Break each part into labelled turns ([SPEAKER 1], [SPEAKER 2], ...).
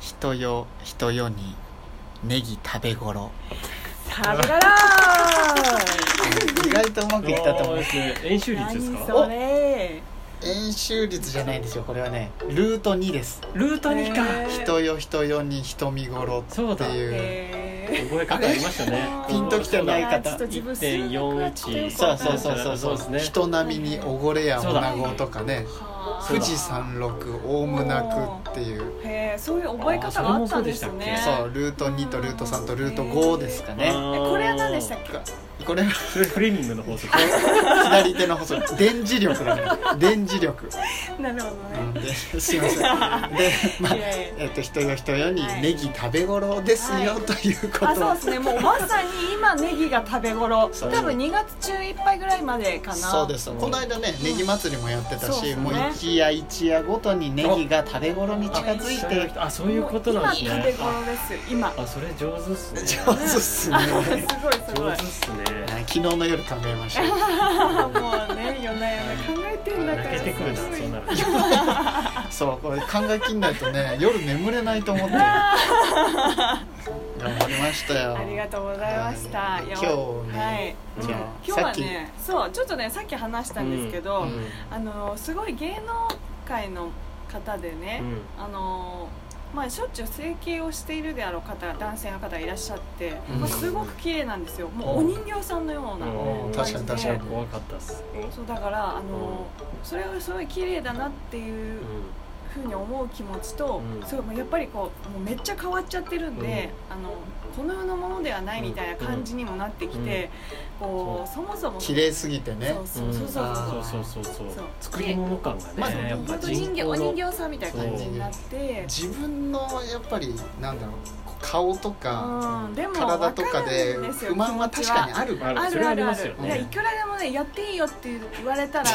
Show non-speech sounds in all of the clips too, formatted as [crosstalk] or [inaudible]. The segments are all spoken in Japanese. [SPEAKER 1] 人よ人よにネギ食べ頃 [laughs]
[SPEAKER 2] 食べらら
[SPEAKER 1] 意外とうまくいったと思う
[SPEAKER 3] 演習率です
[SPEAKER 2] 何
[SPEAKER 3] か
[SPEAKER 2] それ
[SPEAKER 1] 円周率じゃないんですよこれはねルート2です
[SPEAKER 3] ルート2か、
[SPEAKER 2] えー
[SPEAKER 1] 人よ人よに人見頃って
[SPEAKER 3] そうだ
[SPEAKER 1] いう
[SPEAKER 2] へ
[SPEAKER 3] 覚え方ありましたね
[SPEAKER 2] ピン
[SPEAKER 1] ときて
[SPEAKER 2] ー
[SPEAKER 1] ない方
[SPEAKER 2] あーちょっと自分数学やってよく
[SPEAKER 1] そ
[SPEAKER 2] わ
[SPEAKER 1] う
[SPEAKER 2] かんな
[SPEAKER 1] そそ
[SPEAKER 2] いう
[SPEAKER 1] うそうそう
[SPEAKER 3] そうですね
[SPEAKER 1] 人並みにおごれやおなごとかね
[SPEAKER 2] はあ
[SPEAKER 3] そう
[SPEAKER 1] 富
[SPEAKER 3] だ
[SPEAKER 1] 士山六大胸くっていう
[SPEAKER 2] へえそういう覚え方があったんですね
[SPEAKER 3] あー
[SPEAKER 1] そうルート2とルート3とルート5ですか
[SPEAKER 3] あ
[SPEAKER 1] ね
[SPEAKER 3] ー
[SPEAKER 2] えこれは何でしたっけ
[SPEAKER 1] これは
[SPEAKER 3] それフレミングの法則
[SPEAKER 1] 左手の細い電磁力だね電磁力、
[SPEAKER 2] なるほど
[SPEAKER 1] うん、
[SPEAKER 2] ね
[SPEAKER 1] ですいませんでまあ
[SPEAKER 2] いやいや
[SPEAKER 1] えっと人よ人よに
[SPEAKER 2] はい
[SPEAKER 1] ネギ食べ頃ですよ、
[SPEAKER 2] はい
[SPEAKER 1] というこ
[SPEAKER 2] あ
[SPEAKER 1] と
[SPEAKER 2] そうですねもうまさに今ネギが食べ頃
[SPEAKER 1] そう
[SPEAKER 2] 多分2月中いっぱいぐらいまでかな
[SPEAKER 1] そうですこの間ねネギ祭りもやってた
[SPEAKER 2] そう
[SPEAKER 1] し、
[SPEAKER 2] そうね
[SPEAKER 1] もう一夜一夜ごとにネギが食べ頃に近づいて
[SPEAKER 3] あそういうことなんです
[SPEAKER 2] 今食べ
[SPEAKER 3] ね
[SPEAKER 2] 頃です今
[SPEAKER 3] あそれ上手っすね
[SPEAKER 1] 上手っす
[SPEAKER 2] [laughs]
[SPEAKER 1] ね
[SPEAKER 2] すごいすご
[SPEAKER 3] 上
[SPEAKER 2] い
[SPEAKER 3] 手っすね
[SPEAKER 1] 昨日の夜考えました
[SPEAKER 2] [laughs] あもうね夜な夜な考えてんだから
[SPEAKER 3] 泣けてくるなそんなの
[SPEAKER 1] そうこれ考えきんないとね夜眠れないと思ってる頑張りましたよ
[SPEAKER 2] ありがとうございました、
[SPEAKER 1] はい
[SPEAKER 2] いや
[SPEAKER 1] 今日ね
[SPEAKER 2] はい
[SPEAKER 1] じゃあ
[SPEAKER 2] 今日
[SPEAKER 1] さっ
[SPEAKER 2] は
[SPEAKER 1] き
[SPEAKER 2] ねそうちょっとねさっき話したんですけど、
[SPEAKER 3] う
[SPEAKER 1] うん
[SPEAKER 2] あのすごい芸能界の方でね、あのまあ、しょっちゅう整形をしているであろう方男性の方がいらっしゃって、
[SPEAKER 1] うん
[SPEAKER 2] まあ、すごく綺麗なんですよもうお
[SPEAKER 1] うん
[SPEAKER 2] 人形さんのような、
[SPEAKER 3] うん
[SPEAKER 1] 確かに確かに
[SPEAKER 3] 怖かったっす
[SPEAKER 2] そうだからあのそれがすごい綺麗だなっていうふうに思う気持ちと、
[SPEAKER 3] うん
[SPEAKER 2] そうやっぱりこうもうめっちゃ変わっちゃってるんで、あのこの世のものではないみたいな感じにもなってきて、こうそもそも
[SPEAKER 1] 綺麗すぎてね
[SPEAKER 2] そうそうそうそう
[SPEAKER 1] うんあー
[SPEAKER 3] そうそうそうそう
[SPEAKER 2] そう
[SPEAKER 3] 作り物感がね、
[SPEAKER 1] まあ
[SPEAKER 3] やっぱ
[SPEAKER 2] 本当人形お人形さんみたいな感じになって
[SPEAKER 1] 自分のやっぱりなんだろうこう顔とか
[SPEAKER 2] うんでも
[SPEAKER 1] 体とかで
[SPEAKER 2] わるんすよ
[SPEAKER 1] 不満は確かにある
[SPEAKER 3] ある
[SPEAKER 2] あ
[SPEAKER 3] それ
[SPEAKER 2] る
[SPEAKER 3] は
[SPEAKER 2] あ
[SPEAKER 3] あり
[SPEAKER 2] るあ
[SPEAKER 3] ますよ
[SPEAKER 2] る、
[SPEAKER 3] ね
[SPEAKER 2] いやいくらでもねやっていいよって言われたら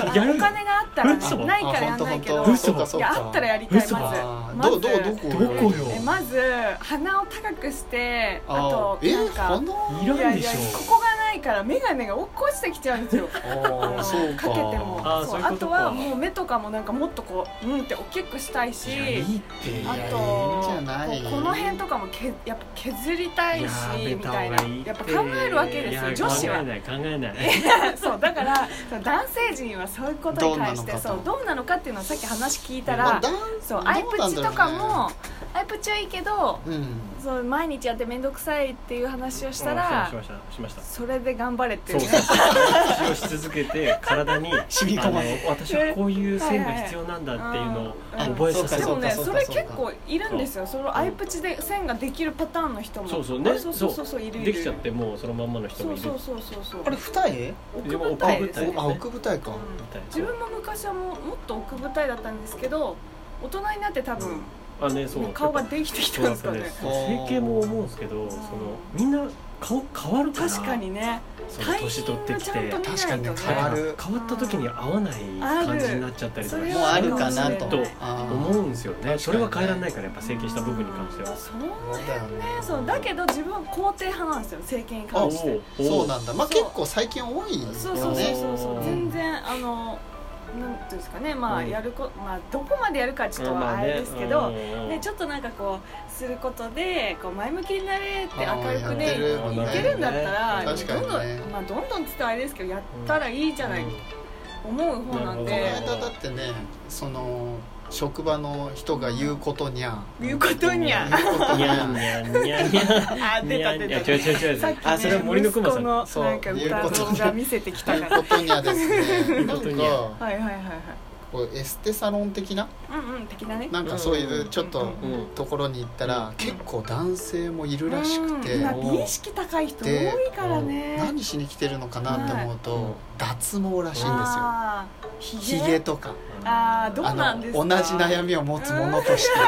[SPEAKER 2] あの
[SPEAKER 3] やる
[SPEAKER 2] お金があったら
[SPEAKER 3] 嘘
[SPEAKER 2] ねないからやんないけど
[SPEAKER 1] あ
[SPEAKER 3] 当
[SPEAKER 1] 本当そ
[SPEAKER 2] い
[SPEAKER 3] 嘘
[SPEAKER 1] うかそうか
[SPEAKER 2] やあったらやりたい
[SPEAKER 3] 嘘
[SPEAKER 2] ま
[SPEAKER 1] あ
[SPEAKER 2] ず
[SPEAKER 1] ー
[SPEAKER 2] まず
[SPEAKER 1] どどこ
[SPEAKER 3] どこよ
[SPEAKER 2] えまず鼻を高くしてあと
[SPEAKER 1] ーえ
[SPEAKER 2] なんか
[SPEAKER 3] い
[SPEAKER 2] い
[SPEAKER 3] ら
[SPEAKER 2] や
[SPEAKER 3] んで
[SPEAKER 2] いや
[SPEAKER 3] しょ
[SPEAKER 2] ここがないから眼鏡が落っこちてきちゃうんですよあ
[SPEAKER 1] 鼻
[SPEAKER 2] の
[SPEAKER 1] [laughs] あーそうか
[SPEAKER 2] かけても
[SPEAKER 3] あ
[SPEAKER 2] そう
[SPEAKER 3] ーそういう
[SPEAKER 2] あ
[SPEAKER 3] こと
[SPEAKER 2] と
[SPEAKER 3] か
[SPEAKER 2] はもう目とかもなんかもっとこううんって大きくしたいし
[SPEAKER 3] いやいいって
[SPEAKER 1] い
[SPEAKER 2] あ
[SPEAKER 1] や
[SPEAKER 2] と
[SPEAKER 1] いいんじゃない
[SPEAKER 2] こうこの辺とかもけやっぱ削りたいしみたいなやっぱ考えるわけですよ女子
[SPEAKER 3] 考え
[SPEAKER 2] は
[SPEAKER 3] ない考えない
[SPEAKER 2] [laughs] そうだからそう男性陣はそういうことに関し
[SPEAKER 1] どうなのか
[SPEAKER 2] て
[SPEAKER 1] と
[SPEAKER 2] そうどうなのかっていうのはさっき話聞いた
[SPEAKER 1] まあ
[SPEAKER 2] ら
[SPEAKER 1] ダンど
[SPEAKER 2] そう
[SPEAKER 1] う
[SPEAKER 2] アイプ
[SPEAKER 1] なん
[SPEAKER 2] チ
[SPEAKER 1] だろ
[SPEAKER 2] と
[SPEAKER 1] うね
[SPEAKER 2] かもアイプチはいいけど
[SPEAKER 1] うん
[SPEAKER 2] そう毎日やって面倒くさいっていう話をしたら
[SPEAKER 3] うんしましたしました
[SPEAKER 2] それで頑張れってい
[SPEAKER 3] そうう
[SPEAKER 2] ね
[SPEAKER 3] そう使用し続けて体に
[SPEAKER 1] 染み込ませ
[SPEAKER 3] あの私はこういう線が必要なんだっていうのを
[SPEAKER 2] はいはい
[SPEAKER 3] 覚えさせ
[SPEAKER 1] あ
[SPEAKER 3] る
[SPEAKER 2] でもね
[SPEAKER 1] そう
[SPEAKER 2] そ
[SPEAKER 1] か
[SPEAKER 2] れ
[SPEAKER 1] そうか
[SPEAKER 2] 結構いるんですよそのアイプチで線ができるパターンの人も
[SPEAKER 3] そうそうね
[SPEAKER 2] そうそうそうそういるいる
[SPEAKER 3] できちゃってもうそのまんまの人
[SPEAKER 2] そ
[SPEAKER 3] もいうる
[SPEAKER 2] そうそうそうそう
[SPEAKER 1] あれ二重
[SPEAKER 2] 奥
[SPEAKER 3] でも
[SPEAKER 2] 舞
[SPEAKER 3] 奥
[SPEAKER 2] 台
[SPEAKER 3] 舞
[SPEAKER 2] です
[SPEAKER 3] 台
[SPEAKER 2] ね
[SPEAKER 1] おあ奥舞台か
[SPEAKER 2] うん
[SPEAKER 3] みたいな
[SPEAKER 2] 自分も昔はもうもっと奥舞台だったんですけど大人になって多分
[SPEAKER 3] あねそう
[SPEAKER 2] もう顔ができてきたんですかね
[SPEAKER 3] そうなんかね整形も思うんですけどそのみんな顔変わるから
[SPEAKER 2] 確かにね
[SPEAKER 3] その
[SPEAKER 2] タイミ
[SPEAKER 3] 年
[SPEAKER 2] ング
[SPEAKER 3] 取って
[SPEAKER 2] を
[SPEAKER 3] き
[SPEAKER 2] ちゃん
[SPEAKER 3] て
[SPEAKER 2] と見ないと
[SPEAKER 1] 確かにね
[SPEAKER 2] ね
[SPEAKER 1] 変わる
[SPEAKER 3] 変わった時に合わない感じになっちゃったりとか
[SPEAKER 2] ある
[SPEAKER 3] して
[SPEAKER 1] もうあるかな
[SPEAKER 3] と
[SPEAKER 1] とあー
[SPEAKER 3] 思うんですよねそれは変えられないからやっぱ整形した部
[SPEAKER 2] 部
[SPEAKER 3] 分
[SPEAKER 2] 分
[SPEAKER 3] に関しては
[SPEAKER 2] そうね
[SPEAKER 1] そうだよね
[SPEAKER 2] そうだけど自分は肯定派なんですよ整形に
[SPEAKER 3] お
[SPEAKER 2] 関して
[SPEAKER 3] お
[SPEAKER 1] そうなんだまあ
[SPEAKER 2] そう
[SPEAKER 1] 結構最近多いよね
[SPEAKER 2] そうそうそうそうそう
[SPEAKER 3] うん
[SPEAKER 2] 全然あのなんていうんですかねまあ
[SPEAKER 3] うん
[SPEAKER 2] やるこまあどこまでやるかちょっとはあれですけどね、ちょっとなんかこうすることでこう前向きになれって
[SPEAKER 1] あー
[SPEAKER 2] 明るくね
[SPEAKER 1] やってる
[SPEAKER 2] いけるんだったら、
[SPEAKER 1] ね確か
[SPEAKER 2] どんどん、
[SPEAKER 1] にね
[SPEAKER 2] まあ、どんどんって言ったらあれですけどやったらいいじゃない、思う方なん
[SPEAKER 1] この
[SPEAKER 2] で
[SPEAKER 3] なるほど
[SPEAKER 1] 間だってねその職場の人が言うことにゃ
[SPEAKER 2] 言うことにゃ
[SPEAKER 1] 言うこと
[SPEAKER 3] に
[SPEAKER 1] に
[SPEAKER 3] ゃ
[SPEAKER 1] ゃ
[SPEAKER 3] んにゃんにゃんにゃん
[SPEAKER 2] あ出た出
[SPEAKER 3] いや
[SPEAKER 2] た
[SPEAKER 3] 違う違う違う
[SPEAKER 2] さっき、ね、
[SPEAKER 3] あそれは森の熊さん
[SPEAKER 2] 息子の
[SPEAKER 1] そう
[SPEAKER 2] なんか歌像が見せてきた
[SPEAKER 1] 言
[SPEAKER 2] か
[SPEAKER 1] うこ
[SPEAKER 2] ら
[SPEAKER 1] とにゃですねなん
[SPEAKER 3] 言うことにゃ
[SPEAKER 1] か
[SPEAKER 2] はいはいはいはい
[SPEAKER 1] こうエステサロン的な
[SPEAKER 2] うんうん的だね
[SPEAKER 1] なんかそういうちょっと
[SPEAKER 2] うん
[SPEAKER 3] うん
[SPEAKER 1] ところに行ったら結構男性もいるらしくて
[SPEAKER 2] うん今美意識高い人多いからね
[SPEAKER 1] 何しに来てるのかなって思うと脱毛らしいんですよ
[SPEAKER 2] あーひ
[SPEAKER 1] ヒ
[SPEAKER 2] げ
[SPEAKER 1] ゲとか
[SPEAKER 2] あーどうなんですか
[SPEAKER 1] あの同じ悩みを持つ者として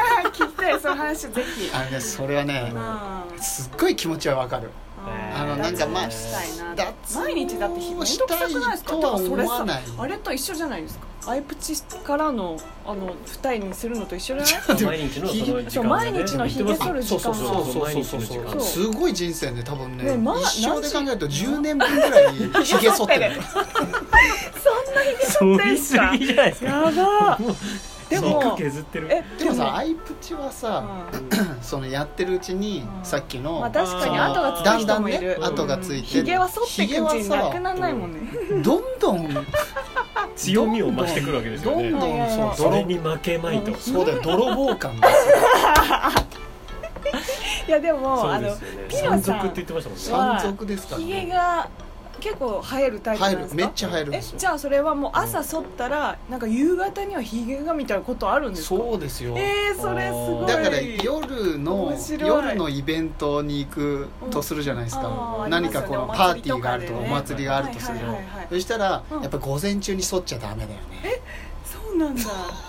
[SPEAKER 2] 聞きたいその話をぜひ
[SPEAKER 1] あのねそれはね
[SPEAKER 2] うん
[SPEAKER 1] すっごい気持ちはわかる
[SPEAKER 2] うん
[SPEAKER 1] あのなんかまあ
[SPEAKER 2] したいな
[SPEAKER 1] 脱毛
[SPEAKER 2] 毎日だってひめんどくさくないですか
[SPEAKER 1] したいとは
[SPEAKER 2] だからそれさ
[SPEAKER 1] 思わない
[SPEAKER 2] あれと一緒じゃないですかアイプチからのあの二重にするのと一緒じゃない
[SPEAKER 3] 毎日のその時間
[SPEAKER 2] 毎日のヒゲ剃る時間
[SPEAKER 3] そうそうそう
[SPEAKER 1] そう
[SPEAKER 3] 毎日
[SPEAKER 1] そう
[SPEAKER 3] の
[SPEAKER 1] そ
[SPEAKER 3] 時
[SPEAKER 1] う
[SPEAKER 3] 間
[SPEAKER 1] そうすごい人生ね多分ね
[SPEAKER 2] ねまあ
[SPEAKER 1] 一生で考えると10年分ぐらいひ
[SPEAKER 2] [laughs]
[SPEAKER 1] げ剃ってる
[SPEAKER 2] そんなひげ剃ってんすか
[SPEAKER 3] じゃないです
[SPEAKER 2] やば
[SPEAKER 3] もう
[SPEAKER 2] でも
[SPEAKER 3] 肉削ってる
[SPEAKER 2] え
[SPEAKER 1] でもさアイプチはさ、
[SPEAKER 2] うん
[SPEAKER 1] そのやってるうちに、
[SPEAKER 2] うん
[SPEAKER 1] さっきの、
[SPEAKER 2] まあ確か
[SPEAKER 1] そ
[SPEAKER 2] に
[SPEAKER 1] の
[SPEAKER 2] 後が
[SPEAKER 1] だ
[SPEAKER 2] つく
[SPEAKER 1] んだ
[SPEAKER 2] 人
[SPEAKER 1] ん
[SPEAKER 2] もい
[SPEAKER 1] ね
[SPEAKER 2] る
[SPEAKER 1] 後がついて
[SPEAKER 2] ひげは剃ってくうちになくならないもんね
[SPEAKER 1] どんどん
[SPEAKER 3] 強みを増してくるわけですよね
[SPEAKER 1] どんどんそう
[SPEAKER 3] そ
[SPEAKER 1] 泥
[SPEAKER 3] れに負けまいと
[SPEAKER 1] そうだよ泥棒感
[SPEAKER 2] [laughs]
[SPEAKER 1] ですよ
[SPEAKER 2] いやでも
[SPEAKER 3] そ
[SPEAKER 2] あ
[SPEAKER 3] うで
[SPEAKER 2] の
[SPEAKER 3] すよね
[SPEAKER 2] ピノさん
[SPEAKER 3] 山賊って言ってましたもんね
[SPEAKER 1] 山賊ですから
[SPEAKER 2] ひげ
[SPEAKER 1] ね
[SPEAKER 2] が結構生えるタイプな
[SPEAKER 1] 入
[SPEAKER 2] んで
[SPEAKER 1] る
[SPEAKER 2] す
[SPEAKER 1] めっ
[SPEAKER 2] か
[SPEAKER 1] ちゃ入るん
[SPEAKER 2] え
[SPEAKER 1] ですよ
[SPEAKER 2] じゃあそれはもう朝剃ったらなんか夕方にはひげがみたいなことあるんですか
[SPEAKER 1] そうですよ
[SPEAKER 2] えー、それすごい
[SPEAKER 1] だから夜の
[SPEAKER 2] 面白い
[SPEAKER 1] 夜のイベントに行くとするじゃないですか、
[SPEAKER 2] うん
[SPEAKER 1] 何かこの
[SPEAKER 2] あー
[SPEAKER 1] パーティーがあるとかお
[SPEAKER 2] お祭
[SPEAKER 1] 祭りがあるとする、
[SPEAKER 2] はいはいはいはい
[SPEAKER 1] そしたら、
[SPEAKER 2] うん
[SPEAKER 1] やっぱ午前中に剃っちゃダメだよね
[SPEAKER 2] そうなんだ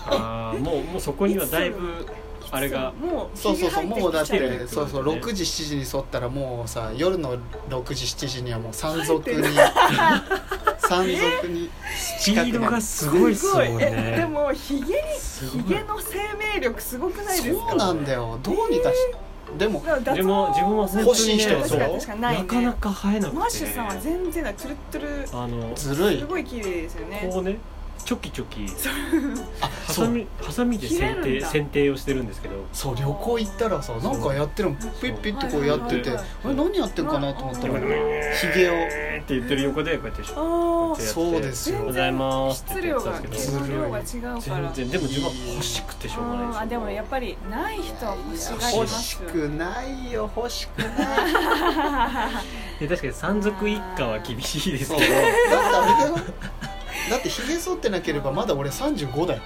[SPEAKER 3] あーもうもうそこにはだいぶあれが
[SPEAKER 2] もう
[SPEAKER 1] そうそうそうもうだっ
[SPEAKER 3] きてるって
[SPEAKER 1] て
[SPEAKER 3] こと
[SPEAKER 1] そうそう
[SPEAKER 3] ね
[SPEAKER 1] 6時7時に剃ったらもうさ夜の6時7時にはもう山賊に [laughs] 山賊に
[SPEAKER 3] スピードがすごいっすもんね
[SPEAKER 2] えでもひげに
[SPEAKER 3] すご
[SPEAKER 2] ひ
[SPEAKER 3] い
[SPEAKER 2] げの生命力すごくないですか
[SPEAKER 1] そうなんだよどうにかしでも
[SPEAKER 2] だから脱毛
[SPEAKER 3] でも自分は本当にね
[SPEAKER 1] 欲しい人は
[SPEAKER 2] 確かに確
[SPEAKER 1] そ
[SPEAKER 2] かに
[SPEAKER 1] う
[SPEAKER 2] ない、ね、
[SPEAKER 3] なかなか生えなくて
[SPEAKER 2] マッシュさんは全然ないツルッツル
[SPEAKER 3] あの
[SPEAKER 1] ずるい
[SPEAKER 2] すごい綺麗ですよね
[SPEAKER 3] こうねチョキチョキ
[SPEAKER 1] あ
[SPEAKER 3] ハ
[SPEAKER 1] そ
[SPEAKER 3] サ
[SPEAKER 1] う
[SPEAKER 3] ミハサミで剪
[SPEAKER 2] 切れるん
[SPEAKER 3] 定
[SPEAKER 2] だ
[SPEAKER 3] 剪定をしてるんですけど
[SPEAKER 1] そう旅行行ったらさなんかやってるのピッピッってこうやってて
[SPEAKER 2] はいはい
[SPEAKER 1] あれ何やってるかなと思った
[SPEAKER 3] で
[SPEAKER 1] ら
[SPEAKER 3] こ
[SPEAKER 2] う
[SPEAKER 3] れ
[SPEAKER 2] ん
[SPEAKER 1] ひげを
[SPEAKER 3] えーって言ってる横でこうやってこ
[SPEAKER 2] あ
[SPEAKER 3] うやってやって
[SPEAKER 1] そうですよ
[SPEAKER 3] おはようござい
[SPEAKER 2] あ
[SPEAKER 3] ますって
[SPEAKER 2] 質
[SPEAKER 3] 言
[SPEAKER 2] 量が
[SPEAKER 3] ってたんで
[SPEAKER 2] 毛
[SPEAKER 3] すけど
[SPEAKER 2] の量が違うから
[SPEAKER 3] 全然でも自分は欲しくてしょうが
[SPEAKER 2] うん
[SPEAKER 3] ない
[SPEAKER 2] あ
[SPEAKER 3] です
[SPEAKER 2] でもやっぱりない人は欲しがり
[SPEAKER 1] 欲
[SPEAKER 2] ま
[SPEAKER 1] し
[SPEAKER 2] すよね
[SPEAKER 1] くないよ欲し
[SPEAKER 2] [laughs]
[SPEAKER 1] くない
[SPEAKER 3] で確かに山賊一家は厳しいです
[SPEAKER 1] そう
[SPEAKER 3] け
[SPEAKER 1] だ
[SPEAKER 3] ど
[SPEAKER 1] ってあれだよだってひげ剃ってなければまだ俺35だよ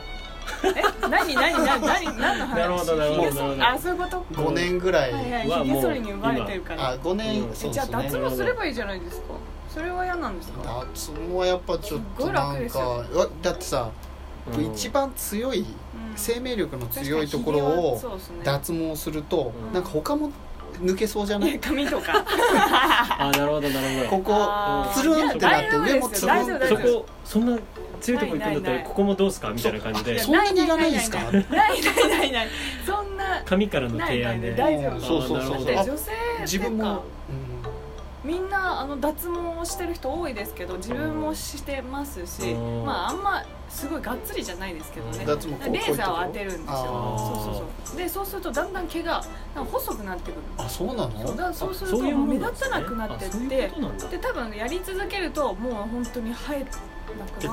[SPEAKER 2] え何何何何何
[SPEAKER 3] [laughs]
[SPEAKER 2] の話
[SPEAKER 3] なるほどなるほど
[SPEAKER 2] ひげ剃
[SPEAKER 3] なるほど
[SPEAKER 2] あそういうこと
[SPEAKER 3] ん
[SPEAKER 1] 5年ぐらい、
[SPEAKER 2] はいは
[SPEAKER 3] はいもう
[SPEAKER 2] ひげ剃りに奪われてるから
[SPEAKER 1] あ5年、
[SPEAKER 3] うん
[SPEAKER 1] そう
[SPEAKER 2] じ
[SPEAKER 1] で
[SPEAKER 2] ゃあ
[SPEAKER 1] すね
[SPEAKER 2] 脱毛すればいいじゃないですかそれは嫌なんですか
[SPEAKER 1] 脱毛はやっぱちょっとな
[SPEAKER 2] すっごい楽
[SPEAKER 1] ん
[SPEAKER 2] です
[SPEAKER 1] か
[SPEAKER 2] よ
[SPEAKER 1] うわだってさ、
[SPEAKER 3] うん
[SPEAKER 1] 一番強い
[SPEAKER 2] うん
[SPEAKER 1] 生命力の強いところを
[SPEAKER 2] 確かにひげはそう
[SPEAKER 1] 脱毛すると、
[SPEAKER 3] うん
[SPEAKER 1] なんか他も抜けそうじゃない、
[SPEAKER 2] ですね髪とか
[SPEAKER 3] あなるほどなるほ
[SPEAKER 1] ここ
[SPEAKER 3] ど
[SPEAKER 2] あー
[SPEAKER 1] つるんってなって上もつ
[SPEAKER 3] そ
[SPEAKER 1] るん
[SPEAKER 2] 大丈夫です
[SPEAKER 3] こ
[SPEAKER 2] よ
[SPEAKER 3] そこそんな強いとこ行くんだっ
[SPEAKER 2] な
[SPEAKER 3] た
[SPEAKER 2] いない
[SPEAKER 3] ら
[SPEAKER 2] ない
[SPEAKER 3] ここもどうすかみたいな感じで
[SPEAKER 1] そんなにいらないんですか
[SPEAKER 2] ないないないないそんな
[SPEAKER 3] 神からの提案で
[SPEAKER 2] ないないない大丈夫
[SPEAKER 1] うんそうそうそう
[SPEAKER 2] で
[SPEAKER 1] あ
[SPEAKER 2] 女性
[SPEAKER 1] 自分
[SPEAKER 2] なんか
[SPEAKER 1] も、
[SPEAKER 2] みんなあの脱毛をしてる人多いですけど自分もしてますし、
[SPEAKER 3] うん
[SPEAKER 2] まああんまりすごいがっつりじゃないですけど
[SPEAKER 1] う
[SPEAKER 2] ね
[SPEAKER 1] ん、脱毛こう
[SPEAKER 2] レーザーを当てるんですよ
[SPEAKER 1] あ
[SPEAKER 2] そう
[SPEAKER 3] ー
[SPEAKER 2] そうそうでそうするとだんだん毛がなんか細くなってくる
[SPEAKER 1] ーあそうな
[SPEAKER 2] そう
[SPEAKER 1] の
[SPEAKER 2] だからそうすると
[SPEAKER 3] あそういう
[SPEAKER 2] も
[SPEAKER 3] も
[SPEAKER 2] うん目
[SPEAKER 3] なんで
[SPEAKER 2] 立
[SPEAKER 3] す
[SPEAKER 2] た
[SPEAKER 3] ね
[SPEAKER 2] なくなってっ
[SPEAKER 3] あそういう
[SPEAKER 2] て
[SPEAKER 3] ことなんだ
[SPEAKER 2] で多分やり続けるともう本当に生えなくなるのか
[SPEAKER 1] で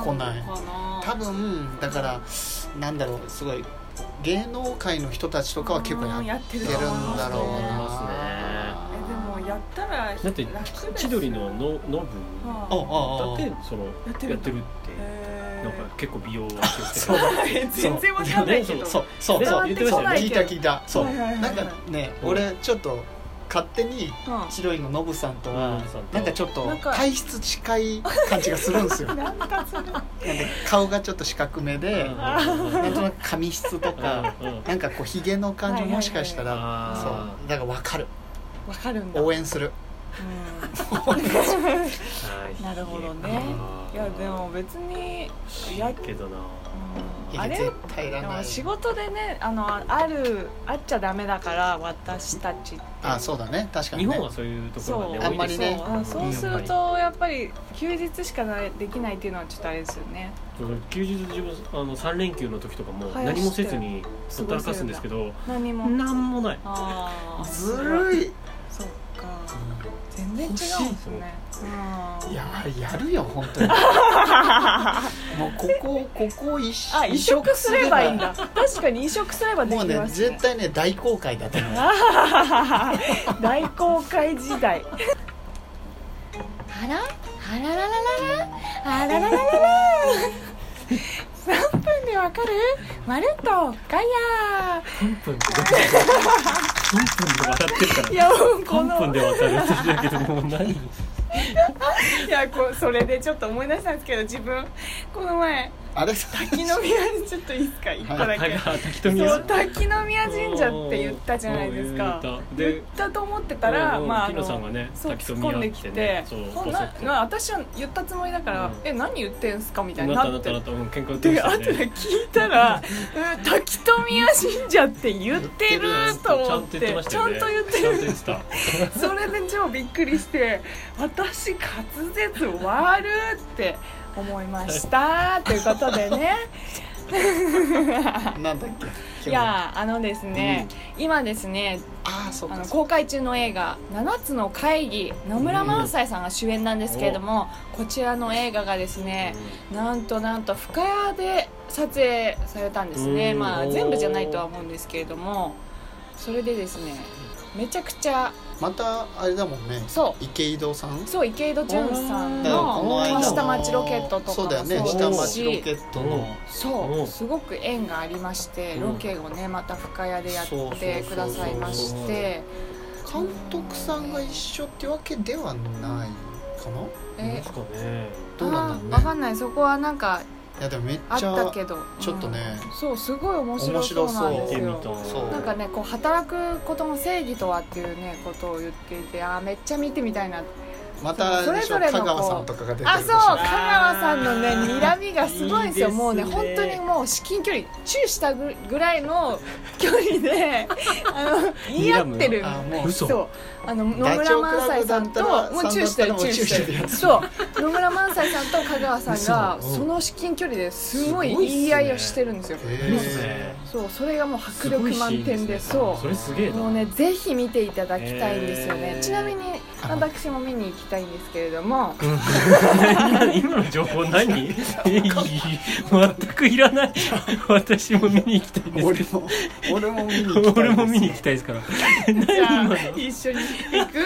[SPEAKER 2] な
[SPEAKER 1] 多分だからなんだろうすごい芸能界の人たちとかは結構
[SPEAKER 2] うん
[SPEAKER 1] や
[SPEAKER 2] や
[SPEAKER 1] っ
[SPEAKER 2] っ
[SPEAKER 1] て
[SPEAKER 2] て
[SPEAKER 1] る
[SPEAKER 2] る
[SPEAKER 1] ん
[SPEAKER 2] と思います
[SPEAKER 1] だろう
[SPEAKER 2] え
[SPEAKER 1] な
[SPEAKER 2] でもやったら楽
[SPEAKER 3] だって
[SPEAKER 2] です
[SPEAKER 3] 千鳥ののノブ
[SPEAKER 2] は
[SPEAKER 1] あ
[SPEAKER 2] い
[SPEAKER 1] あ
[SPEAKER 3] だ
[SPEAKER 1] あ
[SPEAKER 3] ってその
[SPEAKER 2] やってる
[SPEAKER 3] やってるって
[SPEAKER 2] へー
[SPEAKER 3] なんか結構美容は気をつけ
[SPEAKER 1] そう
[SPEAKER 3] てる
[SPEAKER 2] 全然わかんないけど
[SPEAKER 1] そうそう
[SPEAKER 2] 伝
[SPEAKER 1] そ
[SPEAKER 2] わ
[SPEAKER 1] う
[SPEAKER 2] ってこない
[SPEAKER 1] 聞
[SPEAKER 2] け
[SPEAKER 1] い
[SPEAKER 2] ど
[SPEAKER 1] た聞いたそう
[SPEAKER 2] はいはいはい
[SPEAKER 1] なんかね俺ちょっと勝手に
[SPEAKER 2] うん
[SPEAKER 1] 千鳥のノブさんとは
[SPEAKER 3] ノブさんと
[SPEAKER 1] なんかちょっと
[SPEAKER 2] なんか
[SPEAKER 1] 体質近い感じがするんですよなん
[SPEAKER 2] なんかそれ
[SPEAKER 1] で顔がちょっと四角めで
[SPEAKER 3] うん
[SPEAKER 1] なんとなく髪質とか
[SPEAKER 3] うんうん
[SPEAKER 1] なんかこうひげの感じももしかした
[SPEAKER 3] はいはい
[SPEAKER 1] ら
[SPEAKER 3] はい
[SPEAKER 1] そうだから分かる
[SPEAKER 2] わかるんだ。
[SPEAKER 1] 応援する
[SPEAKER 2] う
[SPEAKER 3] はい
[SPEAKER 2] んなるほどね
[SPEAKER 3] あ。ー
[SPEAKER 2] いやでも別にや
[SPEAKER 3] けどな
[SPEAKER 1] いうや
[SPEAKER 2] んあれ
[SPEAKER 1] 絶対いら
[SPEAKER 2] で
[SPEAKER 1] な
[SPEAKER 2] も
[SPEAKER 1] い
[SPEAKER 2] 仕事でねあのあるあっちゃダメだから私たちって
[SPEAKER 1] あそうだね確か
[SPEAKER 3] 日
[SPEAKER 1] にね
[SPEAKER 3] 本はそういうところがね
[SPEAKER 2] そう
[SPEAKER 1] あんまりね
[SPEAKER 2] そううんそうするとやっぱり休日しかないできないっていうのはちょっとあれですよね。
[SPEAKER 3] うん休日自分あの3連休の時とかも
[SPEAKER 2] はい
[SPEAKER 3] 何もせずにほったらかすんですけど
[SPEAKER 2] 何も。
[SPEAKER 3] 何もない
[SPEAKER 2] ああ。
[SPEAKER 1] ずる
[SPEAKER 2] い。
[SPEAKER 1] い
[SPEAKER 2] そっか。全然違うんですね。うん
[SPEAKER 1] いややるよ本
[SPEAKER 2] [laughs]
[SPEAKER 1] 当にもうここここ一
[SPEAKER 2] あ移植すればいいんだ。確かに移植すればで
[SPEAKER 1] もう
[SPEAKER 2] き
[SPEAKER 1] ね
[SPEAKER 2] ますね
[SPEAKER 1] 絶。対ね大公開だと思う
[SPEAKER 2] 大公開時代
[SPEAKER 4] あらあらららららあららららら3分でわかるまるっとガヤ
[SPEAKER 3] 3分で3分で笑ってるから
[SPEAKER 2] いやもうこ
[SPEAKER 3] 3分
[SPEAKER 2] の
[SPEAKER 3] で渡るって言ってたけどもう何
[SPEAKER 2] いやこうそれでちょっと思い出したんですけど自分この前
[SPEAKER 1] あれさ
[SPEAKER 2] 滝宮にちょっといいですか一個だけ
[SPEAKER 3] あ滝と宮
[SPEAKER 2] そう滝宮神社って言ったじゃないですか
[SPEAKER 3] うんうん言
[SPEAKER 2] 言
[SPEAKER 3] っ
[SPEAKER 2] ったと思ってたら
[SPEAKER 3] うん
[SPEAKER 2] まああ
[SPEAKER 3] ピノさんが
[SPEAKER 2] の
[SPEAKER 3] ね
[SPEAKER 2] そう
[SPEAKER 3] 滝と
[SPEAKER 2] 突っ込ん
[SPEAKER 3] 宮
[SPEAKER 2] で
[SPEAKER 3] っ
[SPEAKER 2] き
[SPEAKER 3] て
[SPEAKER 2] て
[SPEAKER 3] ねそう
[SPEAKER 2] ほん
[SPEAKER 3] こそ
[SPEAKER 2] な
[SPEAKER 3] っと
[SPEAKER 2] な私は言ったつもりだから
[SPEAKER 3] うん
[SPEAKER 2] 「え何言ってんすか?」みたいに
[SPEAKER 3] なっ
[SPEAKER 2] な
[SPEAKER 3] たなっ
[SPEAKER 2] って
[SPEAKER 3] たなったうん喧嘩売ってま
[SPEAKER 2] で
[SPEAKER 3] した
[SPEAKER 2] 後
[SPEAKER 3] ね
[SPEAKER 2] で聞いた
[SPEAKER 3] [laughs]
[SPEAKER 2] ら「うん滝宮神社って言ってる」と
[SPEAKER 3] ちゃん
[SPEAKER 2] 思っ
[SPEAKER 3] と
[SPEAKER 2] て
[SPEAKER 3] 言ってまし
[SPEAKER 2] ち
[SPEAKER 3] た
[SPEAKER 2] ゃ
[SPEAKER 3] よ
[SPEAKER 2] ん
[SPEAKER 3] ね
[SPEAKER 2] と言って
[SPEAKER 3] ちゃん
[SPEAKER 2] る
[SPEAKER 3] と言ってた
[SPEAKER 2] それで超びっくりして私滑
[SPEAKER 3] [laughs]
[SPEAKER 2] 舌悪って思いましたということでね
[SPEAKER 1] なんだっけ
[SPEAKER 2] いやーあのですね、今ですね
[SPEAKER 1] ああそう
[SPEAKER 2] あ
[SPEAKER 1] か
[SPEAKER 2] の
[SPEAKER 1] そう
[SPEAKER 2] 公開中の映画「七つの会議」野村萬斎さんが主演なんですけれども、こちらの映画がですねなんとなんと深谷で撮影されたんですね、
[SPEAKER 3] うん
[SPEAKER 2] まあ
[SPEAKER 3] おー
[SPEAKER 2] 全部じゃないとは思うんですけれどもそれでですねめちゃくちゃ
[SPEAKER 1] またあれだもんね
[SPEAKER 2] そ
[SPEAKER 1] 池井戸さん
[SPEAKER 2] そう池井戸潤さん
[SPEAKER 1] だから
[SPEAKER 2] の
[SPEAKER 1] この間
[SPEAKER 2] まあ
[SPEAKER 1] の
[SPEAKER 2] 下町ロケット」とか
[SPEAKER 1] そう
[SPEAKER 2] も
[SPEAKER 1] だよね
[SPEAKER 2] そう
[SPEAKER 1] 下
[SPEAKER 2] です
[SPEAKER 1] 町ロケ
[SPEAKER 2] し
[SPEAKER 1] ットの
[SPEAKER 2] そううんすごく縁がありまして
[SPEAKER 3] うん
[SPEAKER 2] ロケをねまた深谷でやってくださいまして
[SPEAKER 1] 監督さんが一緒ってわけではないかな
[SPEAKER 2] え
[SPEAKER 3] ですかね
[SPEAKER 1] どうなんだ
[SPEAKER 2] あ
[SPEAKER 1] ろ
[SPEAKER 2] ーわか
[SPEAKER 1] うね
[SPEAKER 2] んないそこはなんか
[SPEAKER 1] いやでもめっ
[SPEAKER 2] あっ
[SPEAKER 1] ちゃ
[SPEAKER 2] たけど
[SPEAKER 1] ちょっとね
[SPEAKER 2] うんそうすごい面白そうなん
[SPEAKER 1] 面
[SPEAKER 3] 見
[SPEAKER 1] 白
[SPEAKER 2] で
[SPEAKER 3] て
[SPEAKER 2] す
[SPEAKER 3] み
[SPEAKER 2] よ
[SPEAKER 3] たい
[SPEAKER 1] そう
[SPEAKER 2] なんかねこう働くことの正義とはっていうねことを言っていてあーめっちゃ見てみたいな
[SPEAKER 1] またあれでしょ
[SPEAKER 2] それぞれの
[SPEAKER 1] 香川さんとかが出てる
[SPEAKER 2] あ
[SPEAKER 1] で
[SPEAKER 2] そう
[SPEAKER 1] し
[SPEAKER 2] 香
[SPEAKER 1] ょ
[SPEAKER 2] 川さんのね睨みがすごいんですよ
[SPEAKER 3] いいですね
[SPEAKER 2] もうね本当にもう至近距離チューしたぐらいの距離であの言い合ってる
[SPEAKER 1] あもう
[SPEAKER 3] 嘘
[SPEAKER 2] そうあの野
[SPEAKER 1] ダチョ
[SPEAKER 2] 村
[SPEAKER 1] ウ倶
[SPEAKER 2] 萬
[SPEAKER 1] 楽
[SPEAKER 2] 斎
[SPEAKER 1] 部だ
[SPEAKER 2] さん
[SPEAKER 1] った
[SPEAKER 2] と
[SPEAKER 1] ら
[SPEAKER 2] もうチューしてる
[SPEAKER 1] さんだったら
[SPEAKER 2] チ
[SPEAKER 1] も
[SPEAKER 2] ュ
[SPEAKER 1] う
[SPEAKER 2] ー
[SPEAKER 1] チュー
[SPEAKER 2] し
[SPEAKER 1] してて
[SPEAKER 2] る
[SPEAKER 1] るやつ
[SPEAKER 2] そう野村萬斎さんと香川さんが
[SPEAKER 1] 嘘うん
[SPEAKER 2] その至近距離ですごい
[SPEAKER 3] すごいっすね
[SPEAKER 2] 言い合いをしてるんですよ
[SPEAKER 1] へ
[SPEAKER 3] いいっすね
[SPEAKER 2] そうそれがもう迫
[SPEAKER 3] すご
[SPEAKER 2] 力
[SPEAKER 3] いシー
[SPEAKER 2] 満
[SPEAKER 3] ンで
[SPEAKER 2] 点
[SPEAKER 3] す
[SPEAKER 2] で
[SPEAKER 3] ね
[SPEAKER 2] そう
[SPEAKER 3] それすげえな
[SPEAKER 2] もうねぜひ見ていただきたいんですよね、
[SPEAKER 3] へー
[SPEAKER 2] ちなみに
[SPEAKER 1] あ
[SPEAKER 2] 私も見に行きたいんですけれども
[SPEAKER 3] 今の情報
[SPEAKER 2] [laughs]
[SPEAKER 3] 何全くいらない私も見に行きたいんです
[SPEAKER 1] 俺
[SPEAKER 3] け
[SPEAKER 1] も [laughs] 俺も見に行きたい
[SPEAKER 3] ど
[SPEAKER 1] です
[SPEAKER 3] 俺も見に行きたいですから
[SPEAKER 2] じゃあ
[SPEAKER 3] 今の
[SPEAKER 2] 一緒に行く